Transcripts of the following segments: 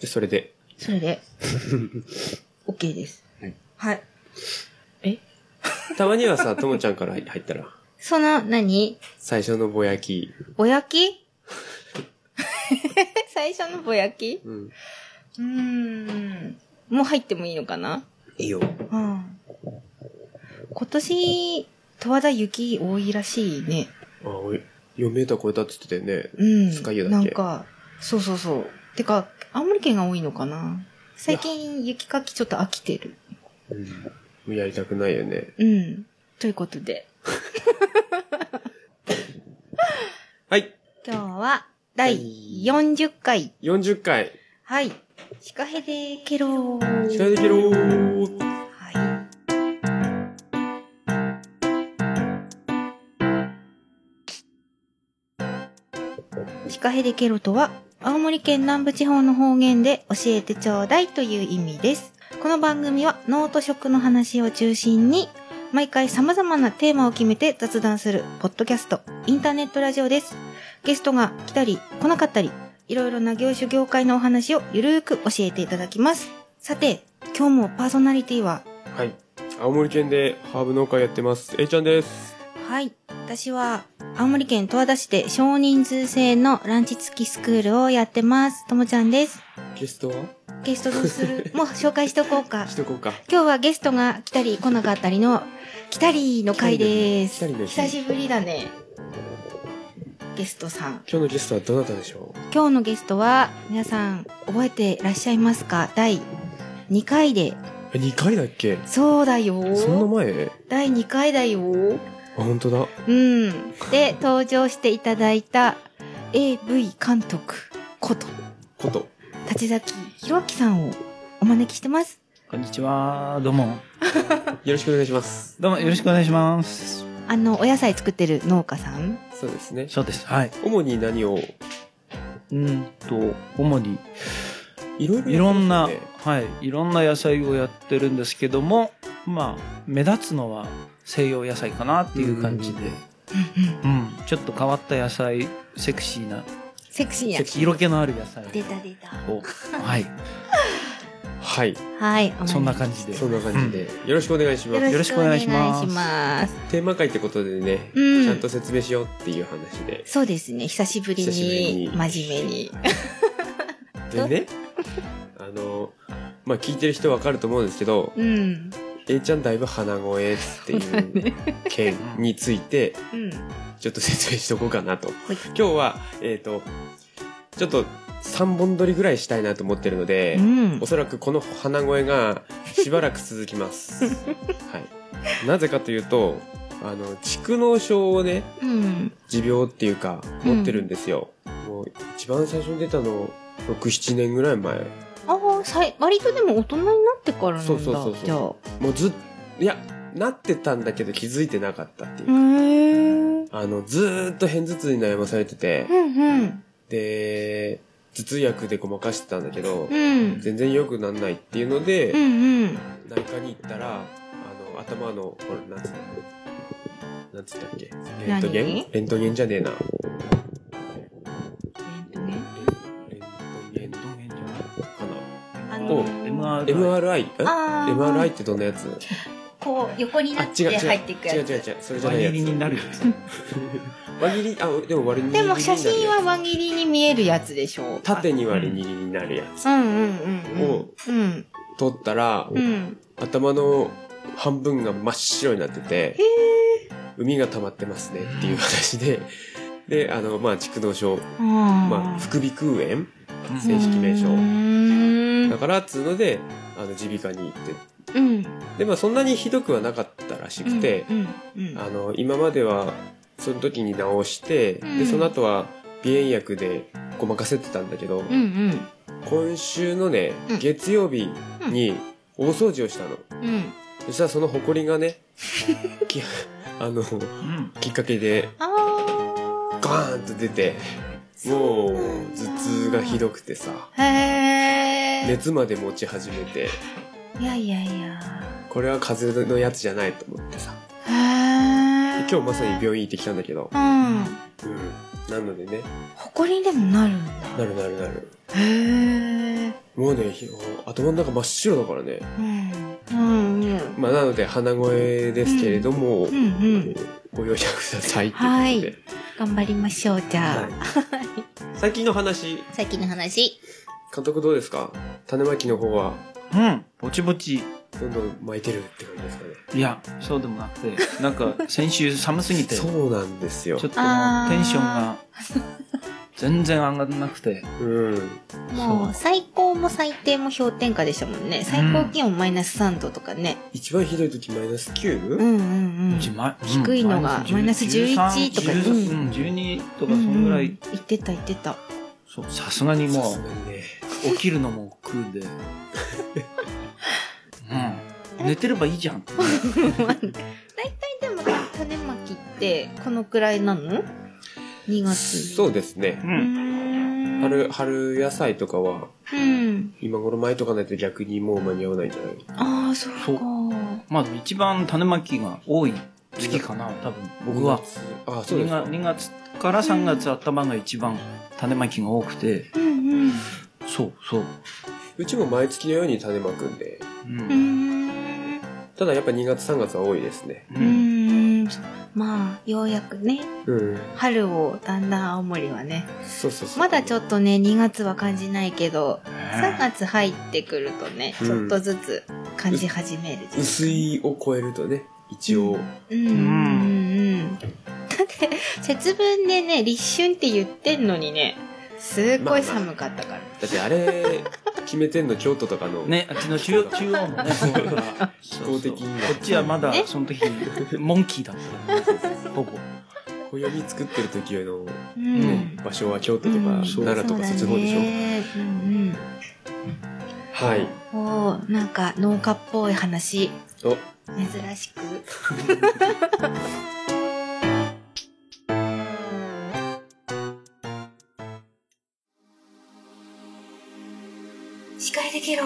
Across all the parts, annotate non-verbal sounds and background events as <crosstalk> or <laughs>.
で、それで。それ <laughs> で、OK です。はい。はい。えたまには <laughs> さ、ともちゃんから入入ったら、その、何最初のぼやき。ぼやき <laughs> 最初のぼやきうん。うーん。もう入ってもいいのかないいよ。うん。今年、十和田雪多いらしいね。あ、おい、4メーター超えたって言ってたよね。うん。酸ヶ湯だっけなんか、そうそうそう。てか、青森県が多いのかな最近雪かきちょっと飽きてる。うん。もうやりたくないよね。うん。ということで、はい。今日は第40回。 40回。はい。シカヘデケロしー。かできろー。はシカヘデケロとは、青森県南部地方の方言で教えてちょうだいという意味です。この番組は脳と食の話を中心に、毎回様々なテーマを決めて雑談する、ポッドキャスト、インターネットラジオです。ゲストが来たり来なかったり、いろいろな業種業界のお話をゆるーく教えていただきます。さて、今日もパーソナリティは、はい。青森県でハーブ農家やってます。えいちゃんです。はい。私は、青森県十和田市で少人数制のランチ付きスクールをやってます。ともちゃんです。ゲストはゲストどうす <laughs> るもう紹介しとこうかし。とこうか。今日はゲストが来たり来なかったりの、来たりの回です。来たりの日久しぶりだね。ゲストさん。今日のゲストはどなたでしょ今日のゲストは、皆さん覚えてらっしゃいますか第2回で。うえ、2回だっけそうだよ。そんな前第2回だよ。あ、本当だ。うん。で、登場していただいた AV 監督こと、こと。立崎弘樹さんをお招きしてます。こんにちは。どうも。よろしくお願いします。どうもよろしくお願いします。あの、お野菜作ってる農家さん。そうですね。そうです。はい。主に何をうんと、主に、いろいろいろんな、やってはい、いろんな野菜をやってるんですけども、まあ、目立つのは西洋野菜かなっていう感じで、うん、ちょっと変わった野菜、セクシーな、セクシーやセク。シー色気のある野菜出た出た。を、はい、ますね。はい。お招きそんな感じで。はい。そんな感じで、よろしくお願いします。よろしくお願いします。テーマ会ってことでね、うんちゃんと説明しようっていう話で。そうですね。久しぶり久しぶにりに真面 <laughs> 目に。でね、 <laughs> あの、まあ、聞いてる人わかると思うんですけど、うん。 A ちゃんだいぶ鼻声っていう件について、うん。ちょっと説明しとこうかなと。い今日は、えっ、と、ちょっと3本撮りぐらいしたいなと思ってるのでう、んお。そらくこの鼻声がしばらく続き <laughs> ます。はい。なぜかというと、あの、蓄膿症をね、うん。持病っていうか、うん持ってるんですよ。もう、一番最初に出たの、6、7年ぐらい前。ああ、さい割とでも大人になってからなんだ。そうそうそうそうじゃあ。もうずっ、いや、なってたんだけど気づいてなかったっていうへか。ーあの、ずーっと片頭痛に悩まされててう、んうん。で、頭痛薬でごまかしてたんだけど、うん。全然良くなんないっていうので、うんうん。内科に行ったら、あの、頭の、ほら、なんつったなんつったっけレントゲン何レントゲンじゃねえな。レントゲンかあおのな。 MR。 MRI? えあー ?MRI ってどんなやつこう横にあ、なっ違うて違う。入っていく違うやつ違う違う。それじゃ輪ないや切つり。になるやつ。輪切り、あ、でも割りにでも写真は輪切りに見えるやつでしょ縦に割りにになるやつう。んうんうんうんをうん取ったら、うん頭の半分が真っ白になってて、海が溜まってますねっていう話で、で、あの、まあ、蓄膿症、まあ、ま副鼻腔炎うん正式名称うーんだから、つうので、あの、耳鼻科に行って。うんで、まあ、そんなにひどくはなかったらしくて、うんうんあの、今までは、その時に治して、うんで、その後は、鼻炎薬でごまかせてたんだけど、うんうん今週のねうん、月曜日に、大掃除をしたの。うんそしたらその埃が <laughs> ね、きあの、うん。きっかけで、あガーンと出て、もう、頭痛がひどくてさ、ーへえ熱まで持ち始めて、いやいやいやこれは風邪のやつじゃないと思ってさ。へえで今日まさに病院行ってきたんだけど、うんうん。なのでね、誇りにでもなるんだなるなるなる。へえもうね、ひ頭の中真っ白だからね。うん。うんうん。まあ、なので、鼻声ですけれども、うんうん。ご容赦くださいっていうことで。頑張りましょう、じゃあ。はい、最近の話、最近の話。監督どうですか種まきの方は、うん、ぼちぼち。どんどん巻いてるって感じですかね。いや、そうでもなくて、なんか先週寒すぎて、ちょっそうなんですよともう。テあーンションが全然上がんなくて、うん。もそうう、最高も最低も氷点下でしたもんね。最高気温マイナス3度とかね。一番ひどい時マイナス 9? うんうんう。うんちまうん低いのがマイナス11とか13うんうん12とかそんぐらうんうんい、言ってた言ってた。そうさすがにさもすがにね。う起きるのも億劫で、 <laughs> うん、寝てればいいじゃん。でも種まきってこのくらいなの ?2 月。そうですね。ううーん、ん。春、春野菜とかは、うん。今頃巻いとかないと逆にもう間に合わないんじゃないああ、そうか。そうまあ一番種まきが多い月かな多分僕は。。あ、そうで2すか月。2月から3月頭が一番種まきが多くてうんそうそう、うちも毎月のように種まくんで。ううん。うんん。ただやっぱ2月3月は多いですね。ううんん。まあ、ようやくね、うん。春をだんだん青森はね。そうそうそう。まだちょと。っとね、2月は感じないけど、3ね月入ってくるとね、うんちょっとずつ感じ始める。薄いを超えるとね、一応。うんうんうん。だって、節分でね、立春って言ってんのにね、すっごい寒かったから。だってあれ、決めてんの京都とかの。。ねあっちの中央中央のねそう方が気候的こにっちはまだねその時モンキーだったからねほぼ暦作ってる時のうんね場所は京都とかうん奈良とかそっちのそ方うでだしょ。ねうんはい。うん。おーなんか農家っぽい話、お、珍しく。司会できろ。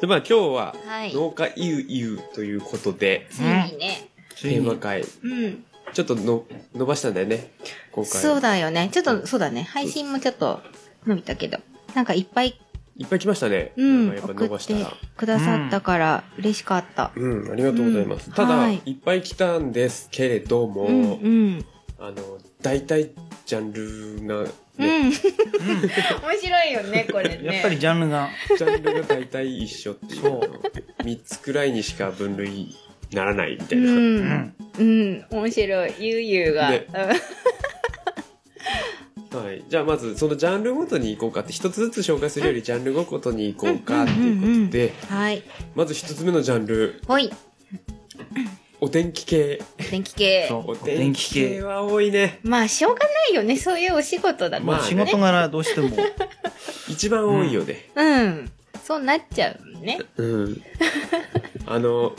でまあ今日ははい。農家ゆうゆうということで、ついにね。つテいーマに会、うん。ちょっとの伸ばしたんだよね、今回。そうだよね。ちょっと、そうだね。配信もちょっと伸びたけど。なんかいっぱい、いっぱい来ましたね。うんなんかやっぱ伸ばした送っら。くださったから嬉しかった。うん、ありがとうございます。うんただ、、はいいっぱい来たんですけれども、うん、うん。あの、大体ジャンルが、うん。ね、面白いよね、これね。やっぱりジャンルがジャンルが大体一緒っていうの。3つ <laughs> くらいにしか分類ならないみたういな。ん。うん。面白い。ゆうゆうが。ねはい。じゃあまず、そのジャンルごとに行こうかって、一つずつ紹介するよりジャンルごとに行こうかっていうことで、うんはい。まず一つ目のジャンル、ほい。お天気系。天気系。そうおお天天気気系系は多いね。まあ、しょうがないよね。そういうお仕事だから、まあまねあ仕事柄どうしても一番多いよね。うん。そうなっちゃうよね。うん。 <laughs> あの、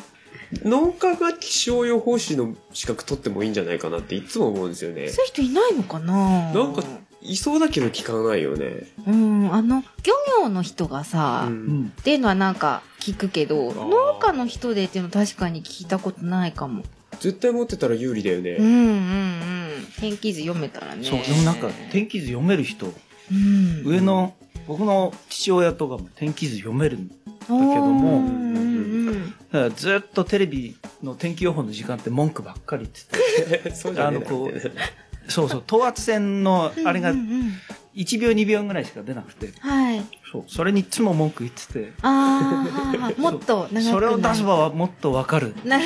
農家が気象予報士の資格取ってもいいんじゃないかなっていつも思うんですよね。そういう人いないのかななんか、いそうだけど聞かないよね。うん。あの、漁業の人がさ、うんうんっていうのはなんか聞くけどー農家の人でっていうの確かに聞いたことないかも絶対持ってたら有利だよね。うんうんうん天気図読めたらねそうでもなんか天気図読める人うん上の僕の父親とかも天気図読めるだけどもうんうんうんだからずっとテレビの天気予報の時間って文句ばっかり言ってて <laughs> そうじゃねえあのこだってね <laughs> そうそう等圧線のあれがうんうんうん1秒2秒ぐらいしか出なくてはいそうそれにいつも文句言ってああはいはいもっと長くなてる <laughs> それを出せばもっとわかるなる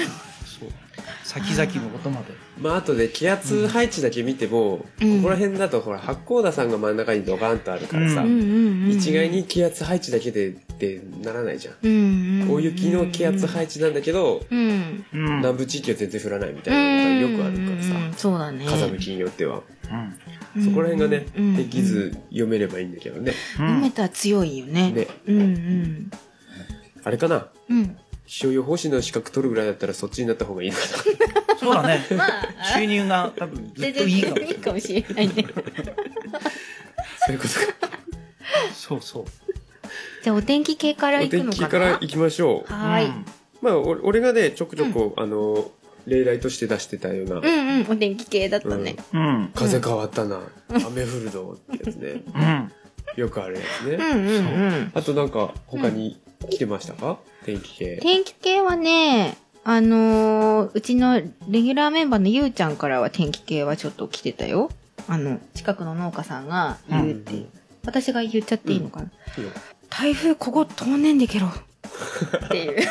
そう先々のことまでまああとで気圧配置だけ見ても、うんここら辺だとほら八甲田山が真ん中にドカンとあるからさ、ううんうんうんうん一概に気圧配置だけでってならないじゃん。うんうんうん大雪の気圧配置なんだけど、うんうん南部地域は全然降らないみたうんいなのがよくあるうかんうらんさ、そうだね風向きによっては。うんそこら辺がね、うんうん天気図読めればいいんだけどね。う読めんたら強いよねねうんうんあれかなうん気象予報士の資格取るぐらいだったらそっちになった方がい <laughs> いのかそうだねまあ収入が多分ずっ全と然いいいかもしいれなかいもしれないねな。そういうことか。そうそう <laughs> じゃあお天気系からお行く天のか気なから行きましょう。はーい、うんまあ、お俺がね、ちょくちょく、あの、例題として出してたような、うんうん、お天気系だったね。うん。風変わったな、雨降るぞってやつね。うん。よくあるやつうんね。うんうん。あとなんか、他に来てましたか天気系。天気系はね、あのーうちのレギュラーメンバーのゆうちゃんからは天気系はちょっと来てたよ。あの、近くの農家さんが言うっていう。うん私が言っちゃっていいのかな。いいよ台風ここ通んねんでけろ。っていう。っ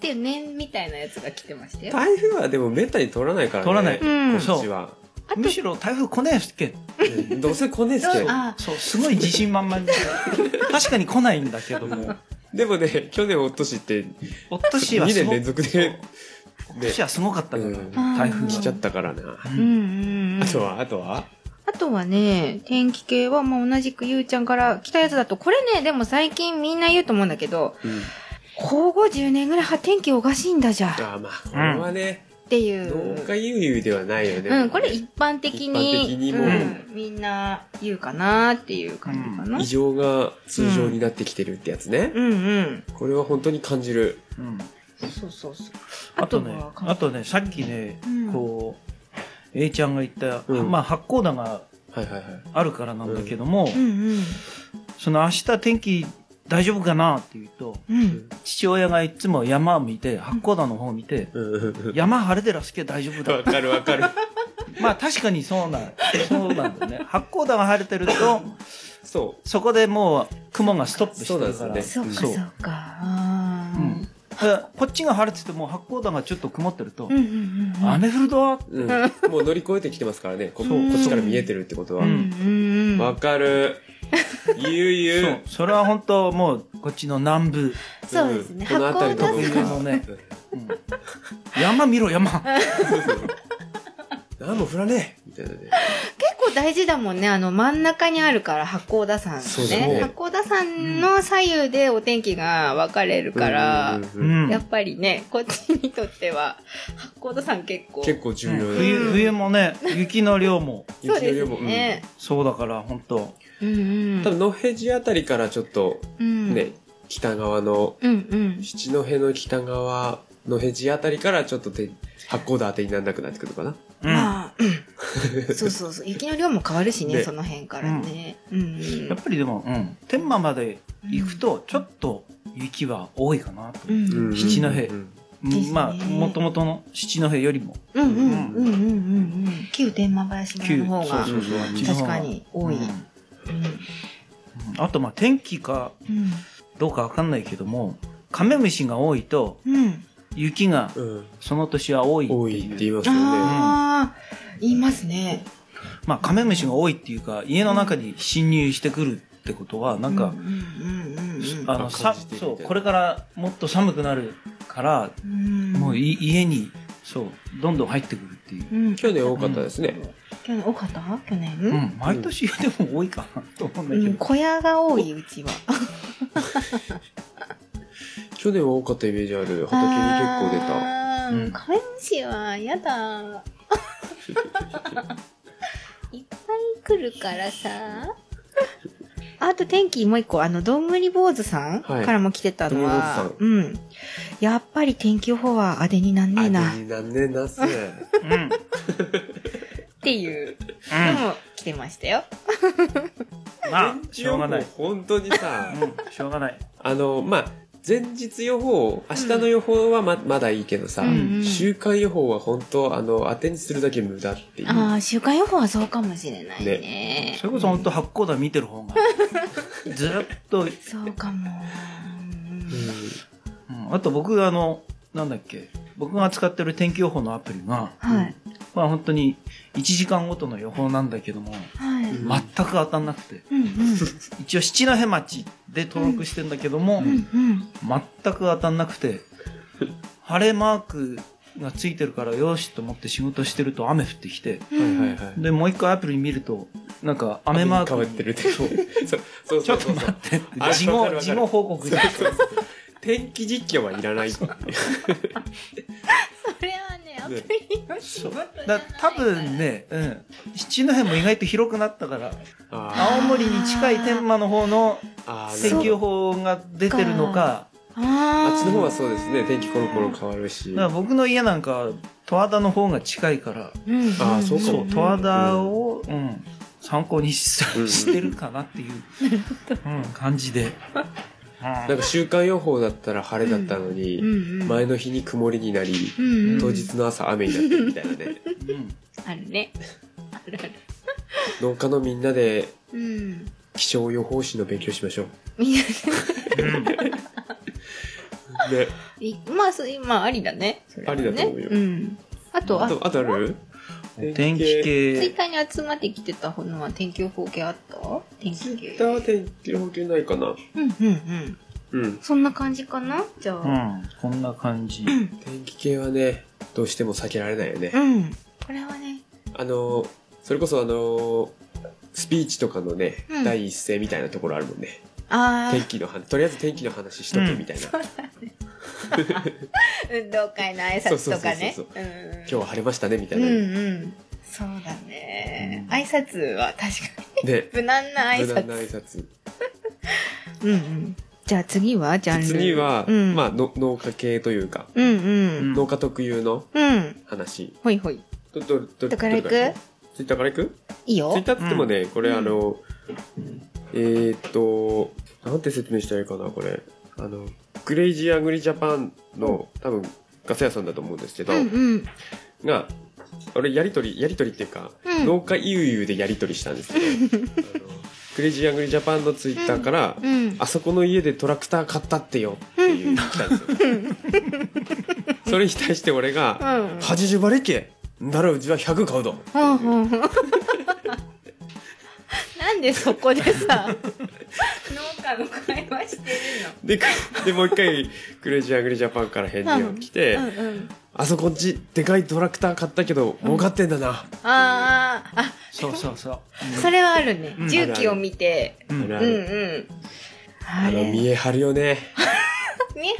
ていう念みたいなやつが来てましたよ。台風はでもめったに取らないからね。取らないうんこっちは。あとむしろ台風来ないっすけうんどうせ来ねえっすけど。あそう、すごい自信満々 <laughs> で。確かに来ないんだけども。でもね、去年おとしって、おっとしは二す年ご連続でそうおっとしはすごかったかうらん、台風来来ちちゃゃっったからな。た。うんうんうん。あとは、あとはあとはね、天気系は、まあ、同じくゆうちゃんから来たやつだと、これね、でも最近みんな言うと思うんだけど、うん今後10年ぐらいは天気おかしいんだじゃ、っああまあ、これはね、ていう。農家ゆうゆうではないよね。うん、これ一般的に、一般的にもうん、みんな言うかなっていう感じかな。異常が通常になってきてるってやつね。うんうん。これは本当に感じる。うんそうそうそう。あとね、はあとね、さっきねうん、こう、A ちゃんが言った、うんまあ八甲田がはいはいはい。あるからなんだけどもう、んうん。その明日天気大丈夫かなって言うと、うん。父親がいつも山を見て、八甲田の方を見て、うんうんうん山晴れてらすけ大丈夫 <laughs> だわ。かるわかる。まあ確かにそうなん、そうなんだよね。八甲田が晴れてると、そそこでもう雲がストップしてるから。そうなんですそようねかそそううか。あうーんだからこっちが晴れてても八甲田がちょっと曇ってると、うんうんうん。雨降るぞう。うん。もう乗り越えてきてますからね。ここそうこっちから見えてるってことはう。んんうんうわん。かる。ゆうゆそうう。それは本当もうこっちの南部、そうですね。うんこの箱辺りをとか出こすものね、うん山見ろ山何も降らねえみたいなね。結構大事だもんね。あの、真ん中にあるから、八甲田山そうのそうね。八甲田山の左右でお天気が分かれるから、うんううんうんんやっぱりね、こっちにとっては、八甲田山結構。結構重要だ冬冬もね雪の量もそ雪うので量すも。ね。そうだから本当うんううんん。多分、野辺地あたりからちょっと、うん。ね、北側の、うんうん。七戸の北側、野辺地あたりからちょっとて八甲田当てにならなくなってくるのかな。うんやまあ、うんそうそうそう。雪の量も変わるしね、ねその辺からね。うんうん。っぱりでも、うん、天満まで行くとちょっと雪は多いかなと、うん、うん七戸うんですねまあもともとの七戸よりもうんうんうんうんうんうん。旧天満林村旧の方がそうそうそうあっち確の方がかに多い。ううんんうんあとまあ天気かどうかわかんないけどもカメムシが多いとうんうん。雪がうん。その年は多いっていう多いって言いますよね。ああ、言いますね。まあカメムシが多いっていうか家の中に侵入してくるってことはなんかう、んうんうんうんあの感さじてるみたいそなうこれからもっと寒くなるから、うんもうい家にそうどんどん入ってくるっていう、うん去年多かったですね。去年多かった去年、うん毎年でも多いかなと思うんだけど、うん小屋が多いうちは。去年は多かったイメージある。畑に結構出た。あーうんカメムシは <laughs> やだ。いっぱい来るからさ。あと天気もう一個、あの、どんぐり坊主さん、はいからも来てたのは、どうん。やっぱり天気予報はあでになんねえなあ、。になんねえなす。うんうんっていうのも来てましたよ。ま <laughs> あしょうがな天い気、予報本当にさ、うん、しょうがないあの、まあ、前日予報、明日の予報はままだいいけどさ、うんうん週間予報は本当、あの、当てにするだけ無駄っていう。ああ、週間予報はそうかもしれないね。それこそ本当八甲田見てる方がずっと、うんそうかも。うあと僕あのなんだっけ僕が使ってる天気予報のアプリが、はい。まあ本当に1時間ごとの予報なんだけどもはい。うんん全く当たんなくてうん。一応七戸町で登録してんだけども、うんうん。全く当たんなくて晴れマークがついてるからよしと思って仕事してると雨降ってきてうんはいはいはい。でもう一回アプリ見るとなんか雨マーク変わっにてるって。そうそうちょそうっとそう待そっう。てって <laughs> あ事わかるわ後かる事後報告そう <laughs> そうそう天気実況はいらない。 <laughs> それはね、ねそうだ多分ね、うん、七戸も意外と広くなったからあ青森に近い天満の方のーあー天気予報が出てるのかああっちの方はう。そうですね天気コロコロ変わるし、だから僕の家なんか十和田の方が近いからうんんあーそうかそもう十和田を、うん、参考にしうんしてるかなっていう、うん、感 <laughs> じで。うんなんか週間予報だったら晴れだったのに、うんうん。前の日に曇りになりうんうん当日の朝雨になってみたいな <laughs> ねうんあるね。あるある。農家のみんなでうん。気象予報士の勉強しましょみんな <laughs> うねいまあ、そう今ありだね。それはねありだと思うよん。あとあは、とあとあるお天気ツイッ系ターに集まってきてたのは天気予報系あった天気系。だ天気予報系ないかなうんうんうん。うんそんな感じかなじゃうあ。ん、こんな感じ。天気系はねどうしても避けられないよね、うん。これはね。あのーそれこそあのースピーチとかのね、うん第一声みたいなところあるもんねあ天気の話とりあえず天気の話しとけみたいな、あ、運動会の挨拶とかね。そううんうん今日は晴れましたねみたういんな、うん。そうだね。挨拶は確かに。で無難な挨無難な拶。挨拶うんうん。じゃあ次はジャンル。次は、うん、まあ、の農家系というか、うんうん。農家特有のうん。話ほいほい。どどどどっから行どくれツイッターから行くいいツイよッ。ターって言ってもね、これうんあの、えーっとなんて説明したらいいかなこれあのクレイジーアグリジャパンの多分ガス屋さんだと思うんですけど、うんうん。が俺やり取りやり取りっていうか、うん農家ゆうゆうでやり取りしたんですけどあのクレイジーアグリジャパンのツイッターから、うん。あそこの家でトラクター買ったってよっていうのが来たんですよ。それに対して俺がうん「80馬力ならうちは100買うど」うんうんなんでそこでさ <laughs> 農家の会話してでく <laughs> でもう一回クレイジーアグリジャパンから返事が来て「るの、うんうん、あそこんちでかいトラクター買ったけど儲かってんだな」あーあそうそうそう。それはあるねうん重機を見てうんうんあれうんあうれんああのれ見ねえ張るよね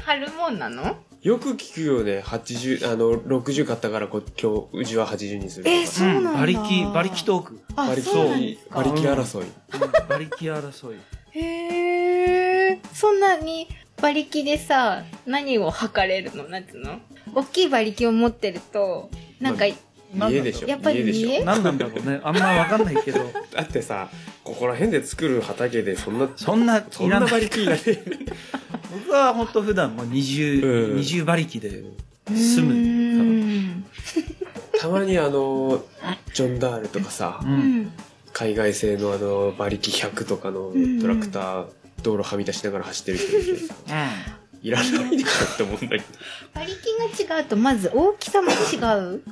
貼るもんなのよく聞くよね80あの60買ったからこ今日うちは80にするとかえーそうなんだ馬力、馬力トーク。あ馬そうなんで力す馬か力争い馬力争い。へえそんなに馬力でさ何を測れるのなんつうの大きい馬力を持ってるとなんか、ま家でしょやっぱり家でしょ見え何なんだろうね。あんまわかんないけど、だってさここら辺で作る畑でそんなそんな、そいんらなな馬い力いらねえ僕は本当普段もうう20、ん20馬力でうん、済む。たまにあのジョン・ダールとかさう。うんん海外製のあの馬力100とかのトラクター道路はみ出しながら走ってる人い <laughs> てさいらないでしょって思うんだけど馬力が違うとまず大きさも違う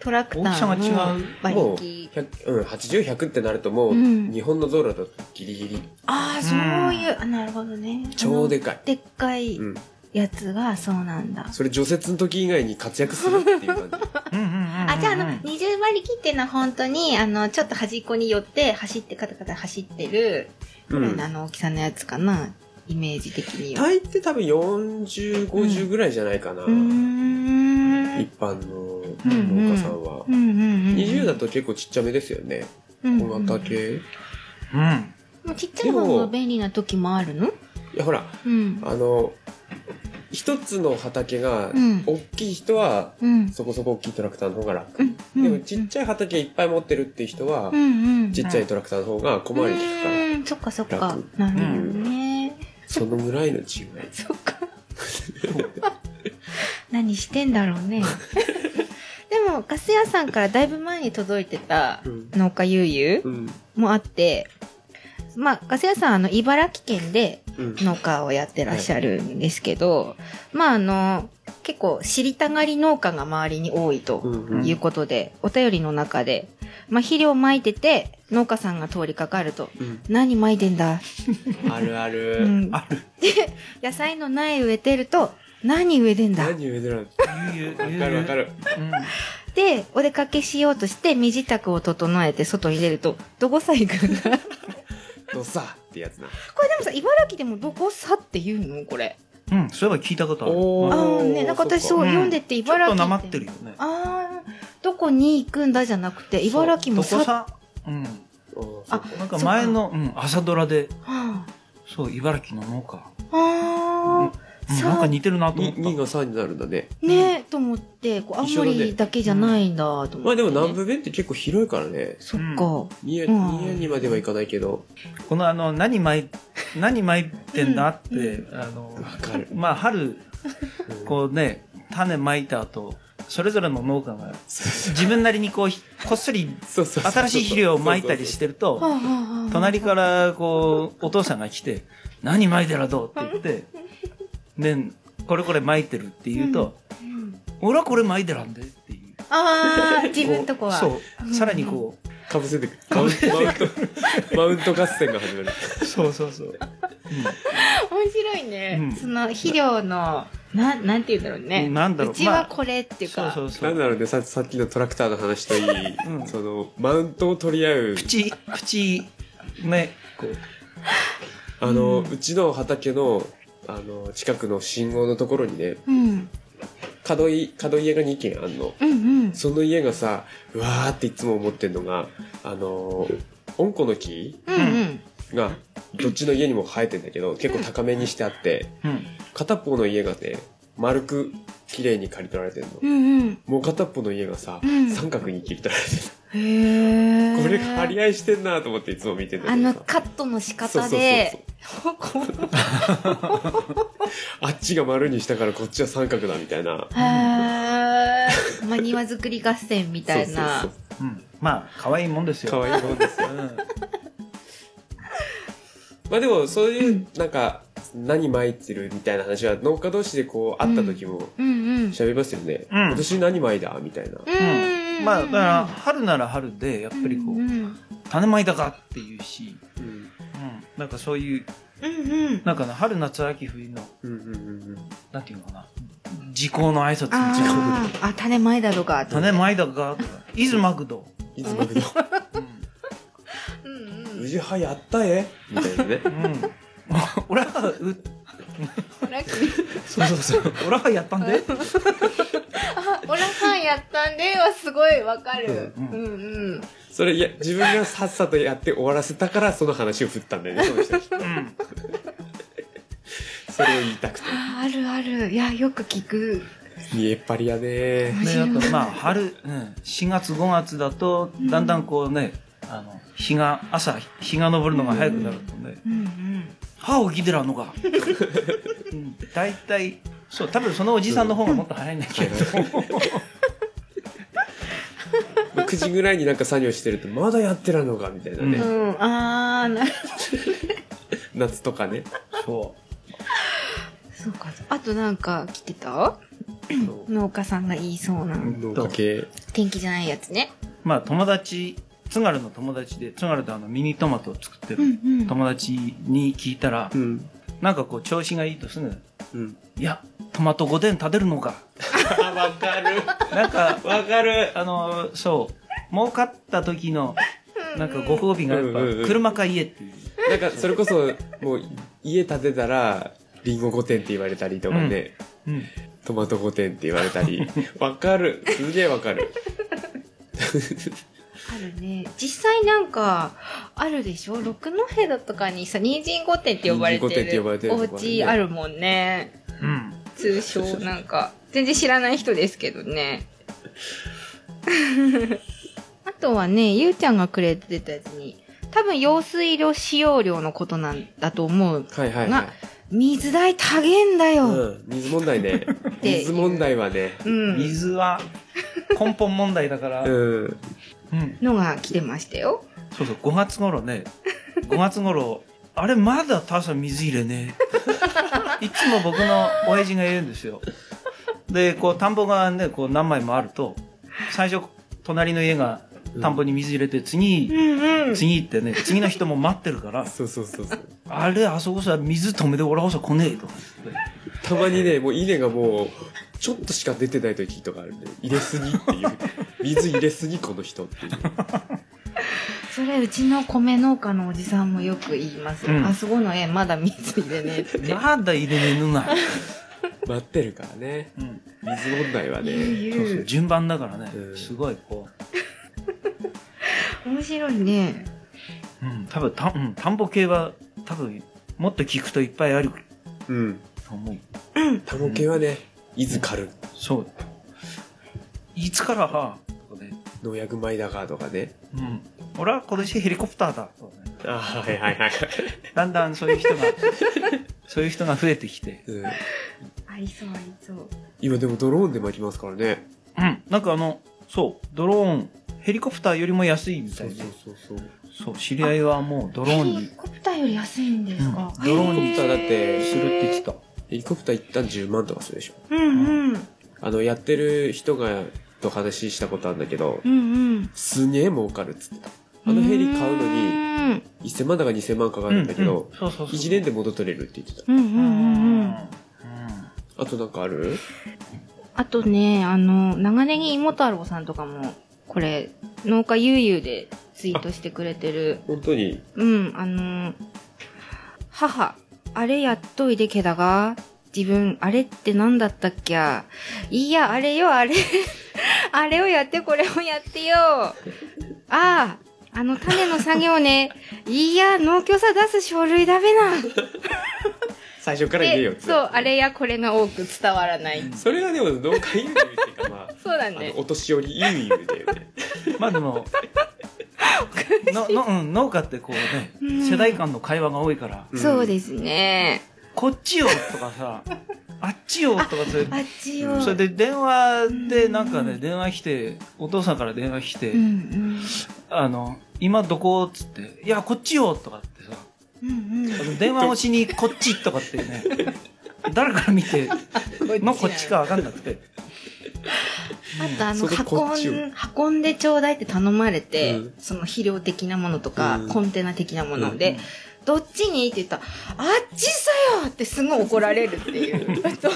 トラクターの大き馬もう力100うん80100ってなるともううん日本の道路だとギリギリああそういう、あなるほどね超でかいあのでっかいうんやつがそうなんだ、それ除雪の時以外に活躍するっていう感うんうんうんうんうんあじゃああの20馬力っていうのは本当にあのちょっと端っこに寄って走ってカタカタ走ってるじ、ぐうらいのあん、の大きさのやつかなイメージ的 <laughs> には大抵多分4050ぐらいじゃないかな、うーんうん一般のうん農家さんは、うんうん20だと結構ちっちゃめですよねうん小型系いうん。もうちっちゃい方が便利な時もあるのやほらうんあの一つの畑がうん大きい人はうんそこそこ大きいトラクターの方が楽、うんでもちっちゃい畑いっぱい持ってるっていう人は、うんうんちっちゃいトラクターの方が小回り利くから、うんそっかそっか楽なるほどねそのぐらいの違いそっか何してんだろうねでもガス屋さんからだいぶ前に届いてたうん農家ゆうゆうんうもあってまあガス屋さんあの茨城県でうん農家をやってらっしゃるんですけど、まああの結構知りたがり農家が周りに多いとうんんいうことで、お便りの中で、まあ、肥料をまいてて農家さんが通りかかるとうん「何まいてんだ?」あるあうるん、で野菜の苗植えてると「何植えてんだ?」何植えてるのわゆうゆうゆうゆうかるわかるうんでお出かけしようとして身支度を整えて外に出ると「どこさ行く <laughs> んだ? 」ドサってやつなこれでもさ茨城でも「どこさ」って言うのこれうん、そういえば聞いたことある。おーうあんあね、なんか私そううん読んでてちょっ茨と城なまってるよね。ああ、どこに行くんだじゃなくて、茨城もそうどこさ、さ。うん。ああーなんか前の、うん、朝ドラで、あそう、茨城の農家。うんあうんそうなんか似てるなと思に2っが3になるんだねー、ねえ、と思って、こう、青一緒だね森だけじゃないんだ、と思って、ねまあでも南部弁って結構広いからねそっか。宮うん宮にまではいかないけどた。このあの、何巻い、何巻いてんだって、あの、わかるまあ春、うんこうね、種まいた後、それぞれの農家が、自分なりにこうひ、こっそりそうそうそう新しい肥料をまいたりしてるはあと、はあはあ隣からこう、お父さんが来て、何まいてらどうって言って、で、これこれまいてるって言うと、うん俺はこれまいてらんでっていう。ああ、自分とこは。そう。さらにこう、かぶせてくるマウンマウントマウント合戦が始まるそうそうそう。面白いね、うんその肥料の、な、なんて言うんだろうね。なんだろうちはこれっていうか。そうそう <laughs> そなんう。だろうねささっきのトラクターの話といい、うんそのマウントを取り合うプチ、プチ、ね、こう、あの、うんうちの畑のあの近くの信号のところにねうん。角い角家が2軒あんのうんうん。その家がさうわーっていつも思ってんのがあの温故の木うんうん。がどっちの家にも生えてんだけど結構高めにしてあってうん。片方の家がね丸く綺麗に刈り取られてんの、うんうん。もう片方の家がさ、うん三角に切り取られてへるえ。これ張り合いしてんなと思っていつも見てんだけどあのさカットの仕方で、あっちが丸にしたからこっちは三角だみたいなへえ。まあ庭作り合戦みたいなそう。うん。まあ、可愛いもんですそうそうかよ。わいいもんですようん。まあでもそういうなんか何巻いてるみたいな話は農家同士でこう会った時もうんうん。喋りますよね、うん今年何巻いだみたいな、うんうん。まあ、だから、春なら春で、やっぱりこうんうう、ん。種まいたかっていうし、うんうん。なんかそういう、うんうん。なんかね、春、夏、秋、冬の、うんうんうんなんていうのかな、時効の挨拶みたいな。あーあ、種前だとか。種まいたかとか、いずまくど。いつもけどうんう「んう宇ん。治派やったえ」みたいなねうん。 <laughs> 俺は、う、俺は君そうそうそう。俺はやったんで。あオラさんやったんではすごいわかる。ううんんうん。それいや自分がさっさとやって終わらせたからその話を振ったんだよねその人うん。それを言いたく <laughs> てあーあるある。いや、よく聞く。見えっぱりやね面ね、白やいっぱまあ春、うん、4月5月だとだんだんこうね、あの日が朝日が昇るのが早くなるのでうんうん。 「歯を切ってらんのか」うん大体そう多分そのおじさんの方がもっと早いんだけど、 9時ぐらいになんか作業してるとまだやってらんのかみたいなね、ううん、ああ、なる夏とかねそそうか。あとなんか来てたそう農家さんが言いそうな。運動家系天気じゃないやつね。うまあ友達津軽の友達で津軽であのミニトマトを作ってうるんうん。友達に聞いたら、んなんかこう調子がいいとすぐうん「いやトマト5点食べるのか」あわかるなんかわかるあのそう儲かった時のなんかご褒美がやっぱうんうんうん車か家っていう、なんかそれこそもう家建てたらリンゴ5点って言われたりとかね、うん、トマト5点って言われたり <laughs> わかるすげえわかるあるね。実際なんか、あるでしょ六戸だとかにさ、人参御殿って呼ばれてる。人参御殿って呼ばれてるとこあるねお家あるもんね。うん、通称なんか。全然知らない人ですけどね。 <laughs> あとはね、ゆうちゃんがくれてたやつに、多分用水量使用量のことなんだと思う。はいはいはいな、水代たげんだよ。うん、水問題ねて水問題はねうん。水は根本問題だから、うんうんのが来てましたよ。そうそう5月頃ね5月頃あれまだタさん水入れねえいつも僕の親父が言うんですよでこう田んぼがねこう何枚もあると最初隣の家が田んぼに水入れて次、んう次行ってね次の人も待ってるからそうそうそうそうあれあそこさ水止めて俺はさ来ねえとか言ってたまにねもう稲がもうちょっとしか出てない時とかあるんで入れすぎっていう水入れすぎこの人っていうそれうちの米農家のおじさんもよく言います、うんあそこの絵まだ水入れねえってまだ入れねえのない、待ってるからねうん、水問題はね言そううそう言う順番だからねうんすごいこ面白いねう、うん、多分た、うん、田んぼ系は多分もっと聞くといっぱいあるうんと思うタモ系はねいずかるそういつからは、とかね農薬米だかとかねうん、俺は今年ヘリコプターだとかねあはいはいはい、だんだんそういう <laughs> 人がそういう人が増えてきてうん、ありそうありそう今でもドローンで巻きますからねうんなんかあのそうドローンヘリコプターよりも安いみたそいうでそうそうそうそう知り合いはもうドローンヘリにコプターより安いんですか、うんドローンヘリコプターだってするって言ってたヘリコプター一旦10万とかするでしょうんうんあのやってる人がと話したことあるんだけどうんうんすげえ儲かるっつってたあのヘリ買うのにに1000万だか2000万かかるんだけうどん、そうそうそう1年で戻取れるって言ってたうんうんうんうんうあとなんかあるあとね、あの、長ネギ芋太郎さんとかも、これ、農家悠々でツイートしてくれてる。本当にうん、あの、母、あれやっといでけだが、自分、あれって何だったっけいや、あれよ、あれ。あれをやって、これをやってよ。ああ、あの種の作業ね。いや、農協さ出す書類だべな。最初から言えよっで、てそう、あれやこれが多く伝わらない。それはでも農家優遇っていうかまあそうだあねの。お年寄り優 <laughs> 遇だよねんまあでものの、うん、農家ってこうね、うん世代間の会話が多いからそうですね。こっちよとか <laughs> さあっちよとかそれあっちよ。それで電話でなんかね電話来てお父さんから電話来て、うんうん。あの今どこっつって「いやこっちよ」とかってさうんうん。あの電話越しに「こっち」とかってね <laughs> 誰から見てのこっちか分かんなくてあとあのそれでこっちを運ん運んでちょうだいって頼まれうて、んその肥料的なものとか、うんコンテナ的なものうでん、どっちにって言ったら「あっちさよ!」ってすごい怒られるってい <laughs> うどっちの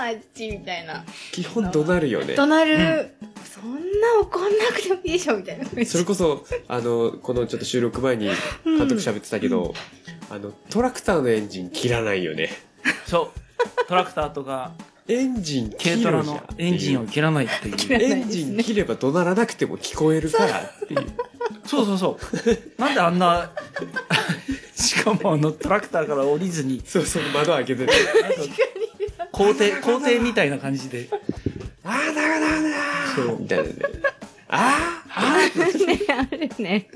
あっちみたいな基本怒鳴るよね怒鳴る、そんな怒んなくてもいいでしょみたいな感それこそあのこのちょっと収録前に監督喋ってたけど、あのトラクターのエンジン切らないよねそうトラクターとかエンジン切軽るトラじゃんのっていうエンジンを切らないっていうらないエンジン切れば怒鳴らなくても聞こえるからっていうそうそうそうなんであんな <laughs> しかもあのトラクターから降りずにそうそう窓開けてねなんか校庭校庭みたいな感じであーだがだがだそうみたいなねあーあじ <laughs> ねあるね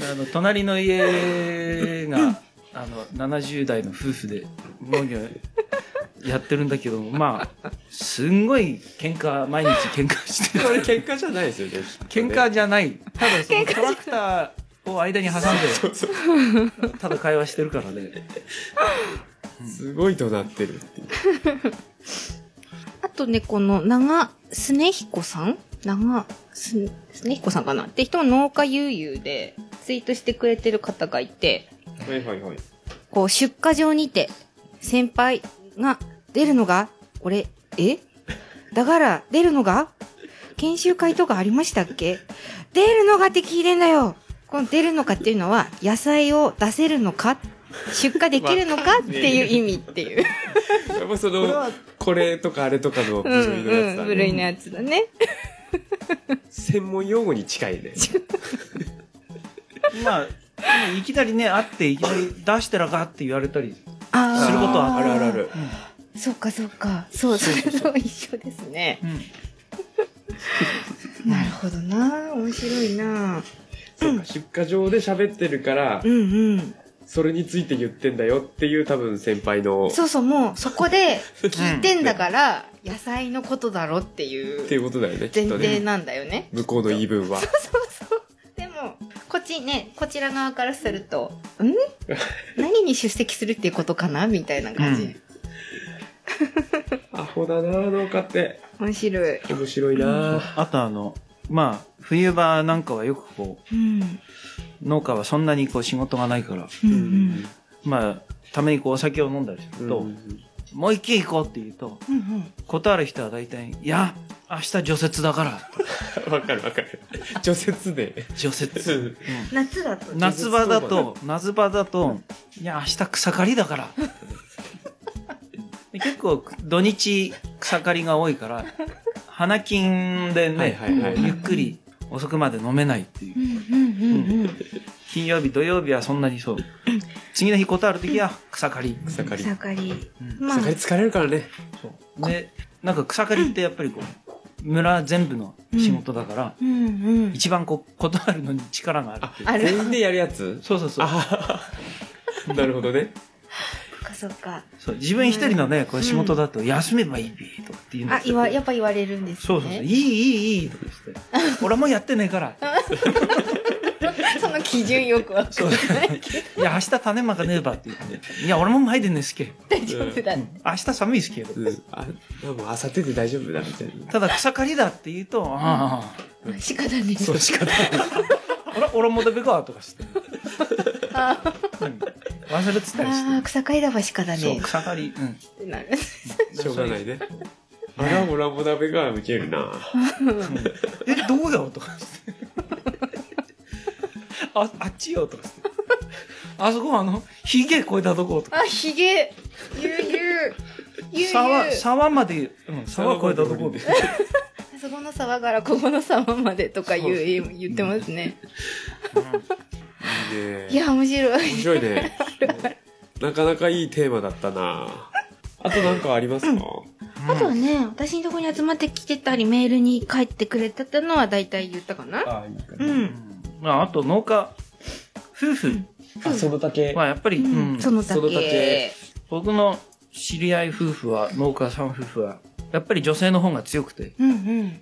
あの隣の家があの70代の夫婦で農業やってるんだけどまあすんごい喧嘩毎日喧嘩してーこれる喧嘩じゃないですよね喧嘩じゃないただそのトラクターを間に挟んそうそうでただ会話してるからねすごい怒鳴ってるっていうあとね、この長、すねひこさん長、すね、すねひこさんかなって人も農家悠々でツイートしてくれてる方がいて、はいはいはいこう、出荷場にて、先輩が出るのが、俺、えだから、出るのが研修会とかありましたっけ出るのがって聞いてんだよこの出るのかっていうのは、野菜を出せるのか出荷できるのかっていう意味っていう。 <laughs> やっぱそこれはのこれとかあれとかの部う類んのやつうだん。ね、部類のやつだね。専門用語に近いねまあでもいきなりね会っていきなり出してらかって言われたり <laughs> あーすることはあるあるあるそうかそうか。そう、それと一緒ですね。うんなるほどな。面白いな。そうか出荷場で喋ってるからうんうん。それについて言ってんだよっていう多分先輩のそうそう、もうそこで聞いてんだから、野菜のことだろっていっていううことだよねき前っと提ねなんだよね。向こうの言い分はそうそう。でも、こっちね、こちら側からすると、ん何に出席するっていうことかなみたいな感じ。アホだな農家って面白い。面白いなあとあのまあ冬場なんかはよくこうん。う農家はそんなにこう仕事がないからうんう。うんまあ、ためにこうお酒を飲んだりすると、うんもう一軒行こうって言うと、うんうん。断る人は大体、いや、明日除雪だから、わかるわかる。 <laughs> 除雪で。除雪。 <laughs> うん夏だと。夏場だと、夏場だと、いや、明日草刈り <laughs> だから。で結構、土日草刈りが多いから、花金でね、はいはいはいゆっくり遅くまで飲めないっていうう。んうんうんうん。金曜日、土曜日はそんなにそう。次の日断る時は草刈り。草刈り。草刈り。うんまあ草刈り疲れるからね。そうで、なんか草刈りってやっぱりこう、村全部の仕事だから、うんうん。一番こう、断るのに力があるっていう。ある全員でやるやつそうそうそう。ああ。なるほどね。そっかそっか。そう自分一人のね、こう仕事だと休めばいいとかっていうのあ、いわ、やっぱ言われるんですね。そうそうそう、いいいいいいとかして、俺はもうやってない <laughs> から、 <laughs> その基準よくわかんないけど、いや、明日種まかねえばって言って、いや、俺も入でねえっすけ、大丈夫だね。明日寒いっすけど、うん。あ、でもあさってで大丈夫だみたいな。ただ草刈りだって言うと、ああ、うん仕方ね。そうしかない。俺俺もだべかとかして、うん忘れてたりああ、し草刈りだわ仕方て、そう、ね。草刈り、うん、ってなる。しょうがないね。あら、オラモ鍋がウケるな。え、どうよとかして、ああっちよとかして、あそこあの、ひげ越えたとことか。あ、ひげ。ゆうゆう。ゆうゆう。沢、沢まで、うん、沢越えたところで。あそこの沢からここの沢までとか言うそう言う言ってますね。いいね。いや、面白面い。白いね。なかなかいいテーマだったな。あとなんかありますか。あとはね、私のところに集まってきてたり、メールに帰ってくれたってのは大体言ったかな <laughs> あ、いいかう。ん。まあ、あと農家夫婦あ、そのだけ。はやっぱり、ううんん、そのだそのだけけ。僕の知り合い夫婦は農家さん夫婦はやっぱり女性の方が強くて、うんうん。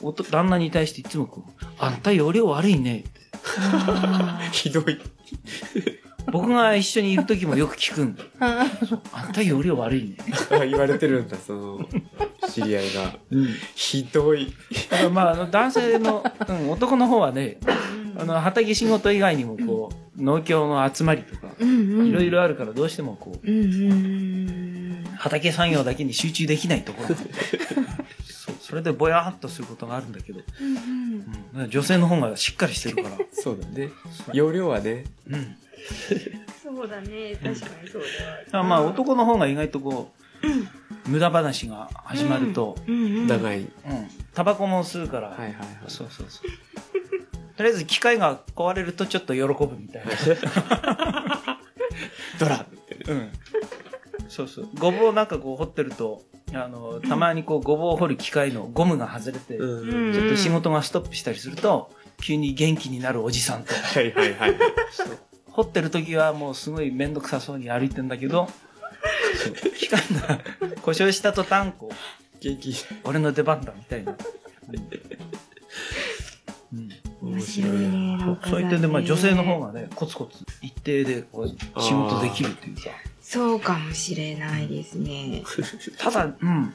おと旦那に対していつもこう「あんた容量悪いね」ってあひどい。僕が一緒にいる時もよく聞くんだーあ「あんた容量悪いねあ言われてるんだ、その。知り合いが。」ひどい。だからまああの男性の、うん、男の方はねあの畑仕事以外にもこう農協の集まりとかー。うんうん。いろいろあるからどうしてもこううんうんうん畑産業だけに集中できないと <laughs> ころそうそれでぼやーっとすることがあるんだけど、うんうん。うん女性の方がしっかりしてるから、そうだね。容量はね。うん、そうだね、確かにそうだあまあ男の方が意外とこう無駄話が始まると、うんうん。長い。うん、タバコも吸うから、はいはいはい。そうそうそうとりあえず機械が壊れるとちょっと喜ぶみたいな、 <laughs> ドラ。うん、そうそうごぼうなんかこう掘ってるとあのたまにこうごぼうを掘る機械のゴムが外れて、うん。ちょっと仕事がストップしたりすると急に元気になるおじさんとはいはいはい。掘ってる時はもうすごい面倒くさそうに歩いてんだけどそう機械が故障した途端こう元気。俺の出番だみたいな、うんうん面白いね、 <laughs> なんか。そういった点で、まあ、女性の方。がねコツコツ一定でこう仕事できるっていうかそうかもしれないですね。ただ <laughs> うん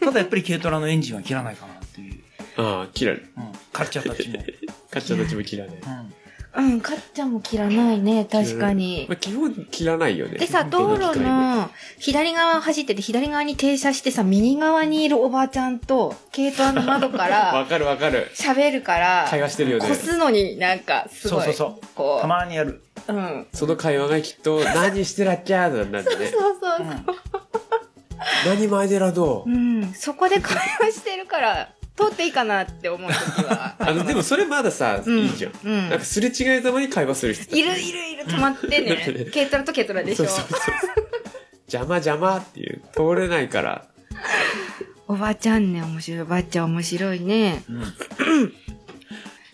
ただやっぱり軽トラのエンジンは切らないかなっていう、 <laughs> ああ、嫌い。うん、カルチャーたちも、カッチャーたちも嫌い。うんうん、かっちゃんも切らないね、確かにまあ、。基本嫌いないよね。でさ、道本当路機械の左側走ってて、左側に停車してさ、右側にいるおばあちゃんと、軽トラの窓かもわら、かるわかる。喋るから、会話してるよねこ。すのになんか、すそごい。うそうそうこたまにやる、う。うん。その会話がきっと、何してらっきゃーなんだね。そうそうう。そうん何前寺どううん、そこで会話してるから、通っていいかなって思う時は。 <laughs> あの、でもそれまださ、うん、いいじゃん。うなんかすれ違いざまに会話する人。いるいるいる、止まって <laughs> だってねね。軽トラと軽トラでしそょうそうそう。邪魔邪魔っていう。通れないから。おばあちゃんね、面白い。おばあちゃん面白いね。うん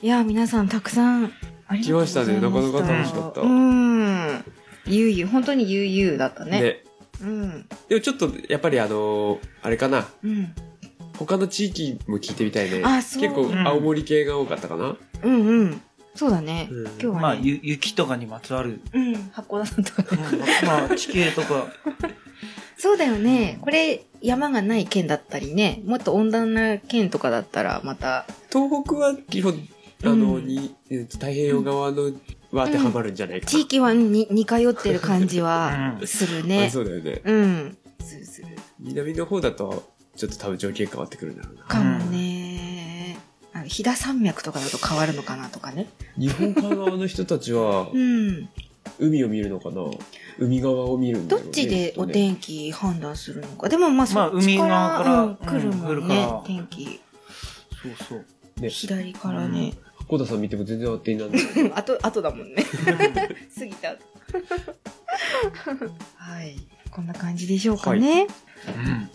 いや、皆さんたくさん、ありがとうございました。来ましたねなかなか楽しかったうん。ゆうゆう、本当にゆうゆうだったね。ね。うん。でもちょっと、やっぱりあのーあれかな。うん。他の地域も聞いてみたいね。あそう結構、青森系が多かったかな。うんうん。そうだね。うん今日まあはね。ゆ雪とかにまつわるうん。箱田さんとか。まあ地形とか、そうだよね。これ、山がない県だったりね。もっと温暖な県とかだったら、また。東北は基本、あの、うんに、えっと太平洋側の、は当てはまるんじゃないか地域はに似通ってる感じはうんするな、ねあ。そうだよねうん。するする。南の方だとちょっと多分条件変わってくるんだろうなかもね。あの飛騨山脈とかだと変わるのかなとかね。日本海側の人たちはうん。海を見るのかな海側を見るんだどろうっねちでおきっ天気判断するのか。でもまあまそっあちか海側かららうんうん来るも来るんかねら。天気。そうそう。とねね左からね。箱田さん見ても全然当てにならないあと、あとだもんね。 <laughs> 過ぎた <laughs> 後。はい。こんな感じでしょうかね。うん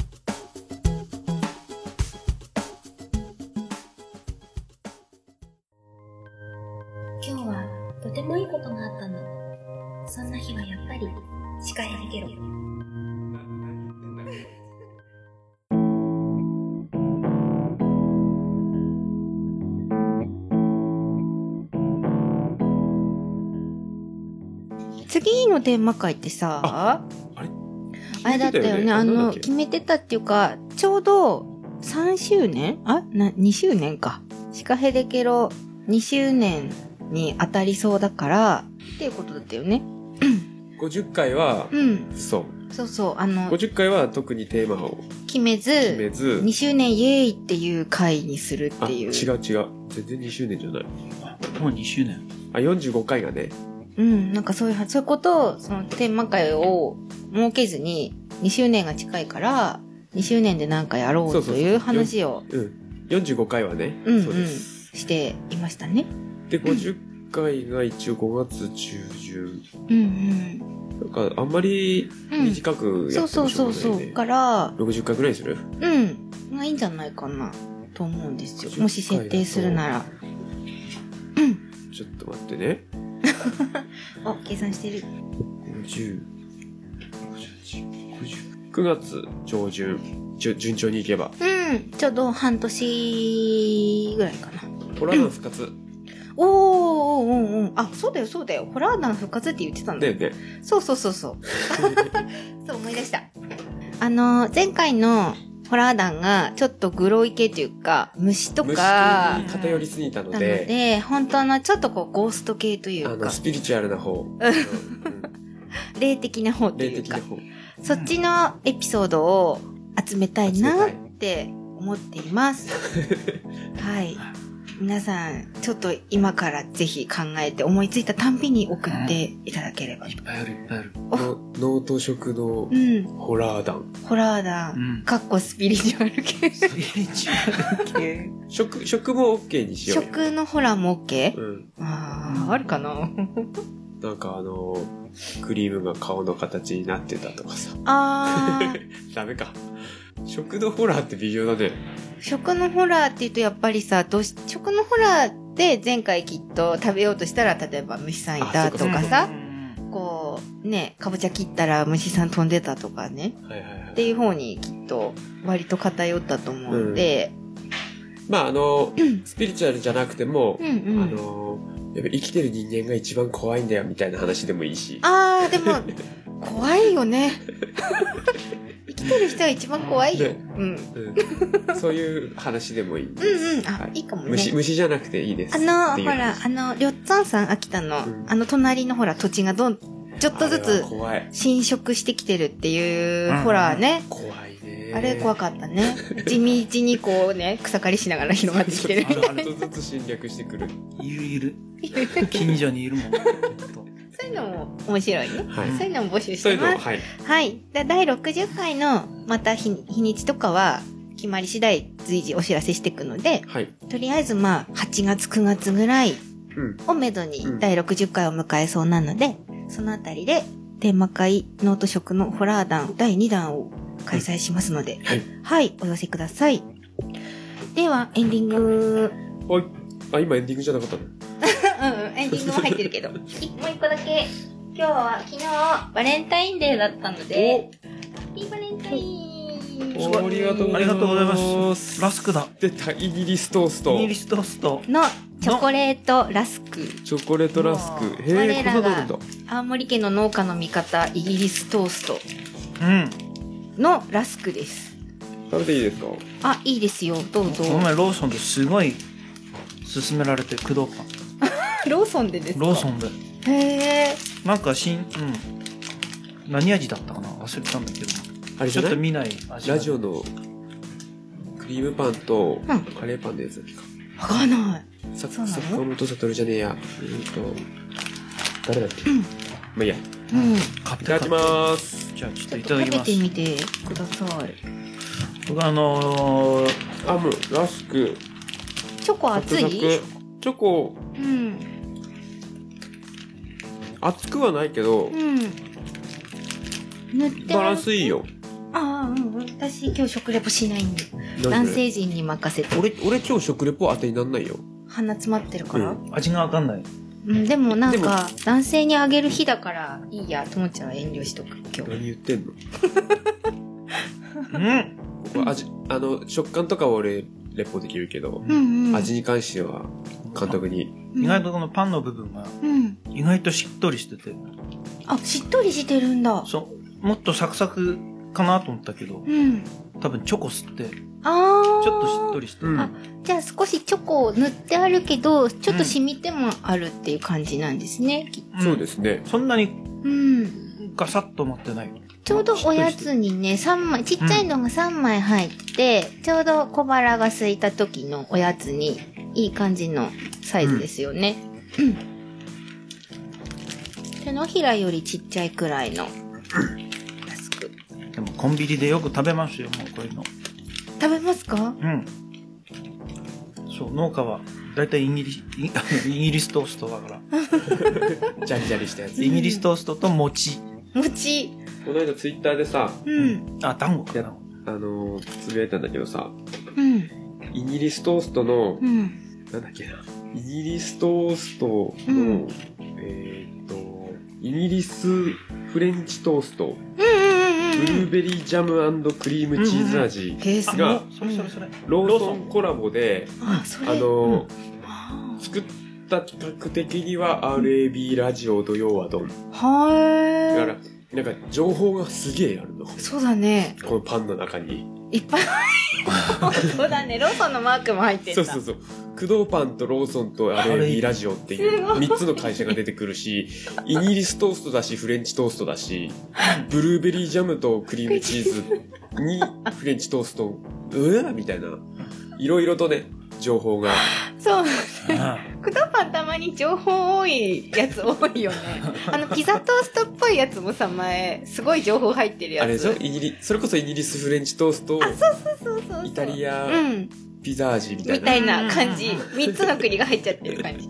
今日はとてもいいことがあったの。そんな日はやっぱり、鹿ヘリケロ。次のテーマ会ってさ、あああれれだったよ決めね。てたよね <laughs> あなんだの、っけ決めてたっていうか、ちょうど3周年あな、2周年か。シカヘデケロ2周年に当たりそうだから、っていうことだったよね。 50回はうん。そうそうそう。あの、 50回は特にテーマを決めず、決めず2周年イエーイっていう回にするっあて違違いううう。全然2周年じゃないもう2周年。あ45回がねうん、なんかそういう、そういうことを、そのテーマ会を設けずに、2周年が近いから、2周年で何かやろそううそとうそういう話をうん45回はね、うんうんそうですしていましたね。で50回が一応5月中旬うんなんかあんまりうん。うん。短くやそうってもそうしょうがそうそ。ないうね、から、 60回ぐらいにするうん。まあいいんじゃないかな、と思うんですよ。 50もし設定するなら。うん。ちょっと待ってねあ、計算してる。 50 50 9月上旬ちょ順調にいけばうん。ちょうど半年ぐらいかな。ホラーの復活おーおーおーおーあ、そうだよそうだよ。ホラー団復活って言ってたんだだよよねそうそうそ <laughs> うそう。そう思い出した。あの、前回のホラー団がちょっとグロい系というか、虫と虫かに、偏りすぎたのなのでで、本当のちょっとこうゴースト系といあうのかス、ピリチュアルな <laughs> 方うん霊的な方と霊いう的かな、方そっちのエピソードを集めたいなって思っています。はい。皆さん、ちょっと今からぜひ考えて、思いついたたんびに送っていただければ。いっぱいあるいっぱいある。の脳と食のうん。ホラー団ホラー団、うんかっこスピリチュアル <laughs> 系。スピリチュアル系。食食も OK にしようよ食のホラーも OK? うんああ、あるかななんかあのクリームが顔の形になってたとかさあー、ダメか食のホラーって微妙だね食のホラーって言うとやっぱりさ、どうし、食のホラーって前回きっと食べようとしたら、例えば虫さんいたあとそうかうさ、んこう、ね、かぼちゃ切ったら虫さん飛んでたとかね、はいはいはいっていう方にきっと割と偏ったと思うんで、まああのスピリチュアルじゃなくてもう、んうあん。のやっぱ生きてる人間が一番怖いんだよみたいな話でもいいしあー、でも、怖いよね。生きてる人は一番怖いよ。ねうん。うんそういう話でもいいですうんうんあはいいかもね虫虫じゃなくていいですあっての、いほうら、あの、りょっつぁんさん、秋田の、うんあの、隣のほら、土地がどん、ちょっとずあれつは怖い侵食してきてるっていう、うんほらね。怖いねあれ怖かったね。地道にこうね、草刈りしながら広がってきてる。ちょっとちょっとずつ侵略してくるいるいる。近所にいるもん。ほんとそういうのも面白いね。はいそういうのも募集しそういてうのをます。はいはい。じゃあ第60回の、また日に日にちとかは、決まり次第随時お知らせしていくので、はいとりあえずまあ、8月9月ぐらいうんをめどにうん第60回を迎えそうなので、そのあたりでテーマ会ノート食のホラー団第2弾を開催しますので、はいはい、お寄せください。では、エンディング、はいあ今エンディングじゃなかったのうんうん、エンディングも入ってるけど。もう一個だけ。今日は、昨日、バレンタインデーだったので、ハッピーバレンタインおありがとうございますありがとうございます。ラスクだ。出たイギリストーストイギリストースト。のチョコレートラスク。チョコレートラスうわクーへえ我こらんながのあるんだ青森家の農家の味方、イギリストーストうん。のラスクです。食べていいですかあ、いいですよ。どうぞ。この前ローソンですごい勧められて、駆動パン。ローソンでですかローソンで。へえ。なんか新、うん。何味だったかな忘れたんだけど。あれちじゃょっなとい見ない味。ラジオ。のクリームパンとうんカレーパンのやつだっけか、わかんない。さそうなの坂本悟じゃねえやえーと誰だっけ、うんまあいいやいうん。買ってただきす。ますじゃあちょっといただき食べますて。みてください。僕あのー、アムラスクチョコサク熱サクい？チョコうん。熱くはないけどうん。塗ってバあラるンスいいよああ、うん。私今日食レポしないんで。何そ男れ性陣に任せて。俺俺今日食レポ当てになんないよ鼻詰まってるから。う味がわかんない。うん、でもなんでもか、男性にあげる日だから、いいや、ともちゃんは遠慮しとく、今日。何言ってんのうん。ここ味あの食感とかは俺レポできるけど、うんうん。味に関しては監督にうん意外とこのパンの部分がうん。意外としっとりしてて、あ、しっとりしてるんだ。そう、もっとサクサクかなと思ったけど、うん。多分チョコ吸って、ちああ。ょっとしっとりしてる。うんあじゃあ少しチョコを塗ってあるけど、ちょっと染みてもあるっていう感じなんですね。うんそうですねそんなにうん。ガサッと持ってない。ちょうどおやつにね、三枚、ちっちゃいのが3枚入って、ちょうど小腹が空いた時のおやつに、いい感じのサイズですよね。うん。手のひらよりちっちゃいくらいの。ラスクでもコンビニでよく食べますよ、もうこういうの。食べますかうん。そう、農家は、だいたいイギリス、イイ <laughs> ギリストーストだから。ジャリジャリしたやつイギリストーストと餅。餅。 <laughs> この間ツイッターでさうん。あ、団子かいやな。あのーつぶやいたんだけどさうん。イギリストーストのうん。なんだっけなイギリストーストの、うんえーっとイギリスフレンチトーストうんうんブうんルうーん。ベリージャムクリームチーズ味、ケースあ、がもうそれそれそれ。ローロソーソンンコラボであ、そあれ。のーは作った企画的には RAB ラジオ土曜はドンーだかはらなんか情報がすげえあるのこい。そうだね。のパンの中にいっぱい。 <laughs> そうだね。ローソンのマークも入ってそた。うそうそう工藤パンとローソンと RAB ラジオっていうすごい3つの会社が出てくる <laughs> しイギリストーストだしフレンチトーストだしブルーベリージャムとクリームチーズにフレンチトーストうわみたいないろいろとね情報がそう。うんクドパンたまに情報多いやつ多 <laughs> いよね。あの、ピザトーストっぽいやつもさ、前、すごい情報入ってるやつ。あれでしょイギリそれこそイギリスフレンチトーストそうそうそう。イタリアうん。ピザ味みたいみなたいな感じうん。三つの国が入っちゃってる <laughs> 感じ。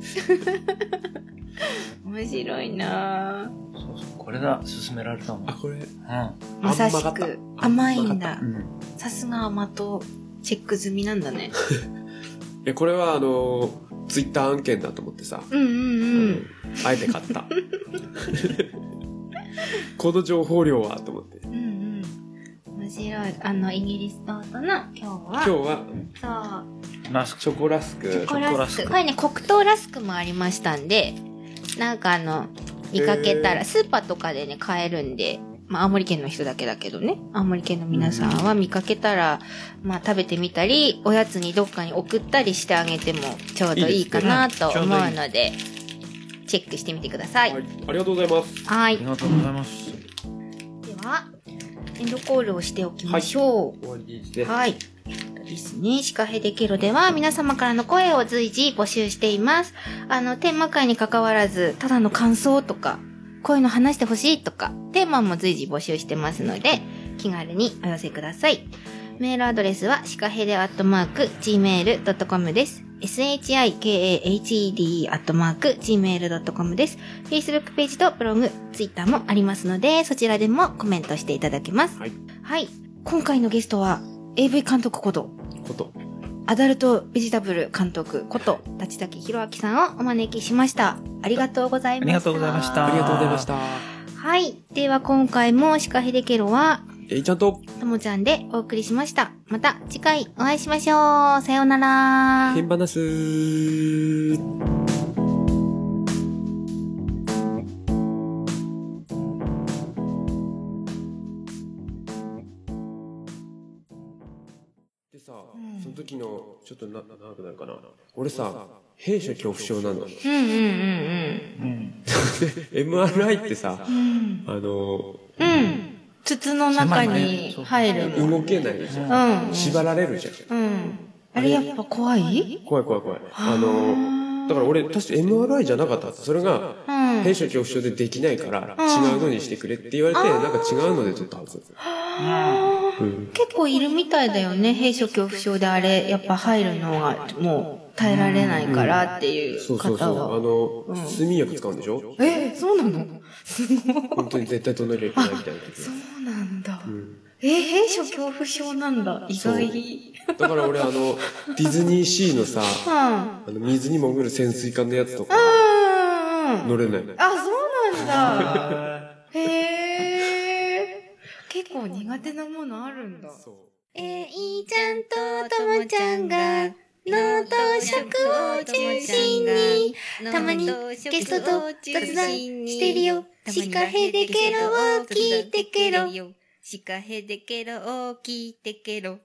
面白いなぁ。そうそう、これだ、勧められたの。あこれうまさし甘かったく、甘いん甘かだった。うんさすが甘党、チェック済みなんだね。いやこれはあのツイッター案件だと思ってさ、うんうんうん。あのあえて買った <laughs> この情報量はと思ってうんうん。面白い。あの、イギリストートの今日今は、日はそん。ナスチョコラスう、チョクコラスチョコラスク。クこれね、黒糖ラスクもありましたんで、なんかあの、見かけたへら、ースーパーとかでね、買えるんで、まあ、青森県の人だけだけどね、青森県の皆さんは見かけたら、まあ、食べてみたり、おやつにどっかに送ったりしてあげても、ちょうどいいかなと思うので、チェックしてみてください。はいありがとうございますはあい。りでがとうございます。は、エンドコールをしておきましょう。終わりにしてはい。ですね。シカヘデケロでは皆様からの声を随時募集しています。あの、テーマ会に関わらず、ただの感想とか、こういうの話してほしいとか、テーマも随時募集してますので、気軽にお寄せください。メールアドレスは、シカヘデアットマーク、gmail.com です。shikahede アットマーク、gmail.com です。Facebook ページとブログ、Twitter もありますので、そちらでもコメントしていただけます。はいはい。今回のゲストは、AV 監督こと、ことアダルトベジタブル監督こと、立崎弘明さんをお招きしました。ありがとうございました。ありがとうございましたありがとうございましたはい。では今回もシカヘデケロは、えいちゃんとともちゃんでお送りしました。また次回お会いしましょう。さようなら。変話すででさ、んその時の、ちょっとな、長くなるかな。俺さ、弊社恐怖症なの。うんうんうんうん。 MRI ってさ、うん。あの、うん。うん。筒の中に入るの。動けないじゃん。うん。縛られるじゃん。うん。あれやっぱ怖い怖い怖い怖い。あの、だから俺、確か MRI じゃなかった。それが、うん。弊社恐怖症でできないから、うん違うのにしてくれって言われて、なんか違うので撮ったはず。あーうん。結構いるみたいだよね。閉所恐怖症であれ、やっぱ入るのがもう耐えられないからっていうそうそうそ方が。う。あうんの、睡眠薬使うんでしょえー、そうなのすごい。本当に絶対取らなきゃいけないみたいな時。そうなんだ。うんえー、閉所恐怖症なんだ。意そう外。うん。だから俺、あの、ディズニーシーのさ、ああの、水に潜る潜水艦のやつとか、ーうんうん。乗れない。あ、そうなんだ。 <laughs> へえ。結構苦手なものあるんだ。そうえー、いーちゃんとともちゃんが、脳と食を中心に、たまにゲストと雑談してるよ。シカヘデケロを聞いてケロ。シカヘデケロを聞いてケロ。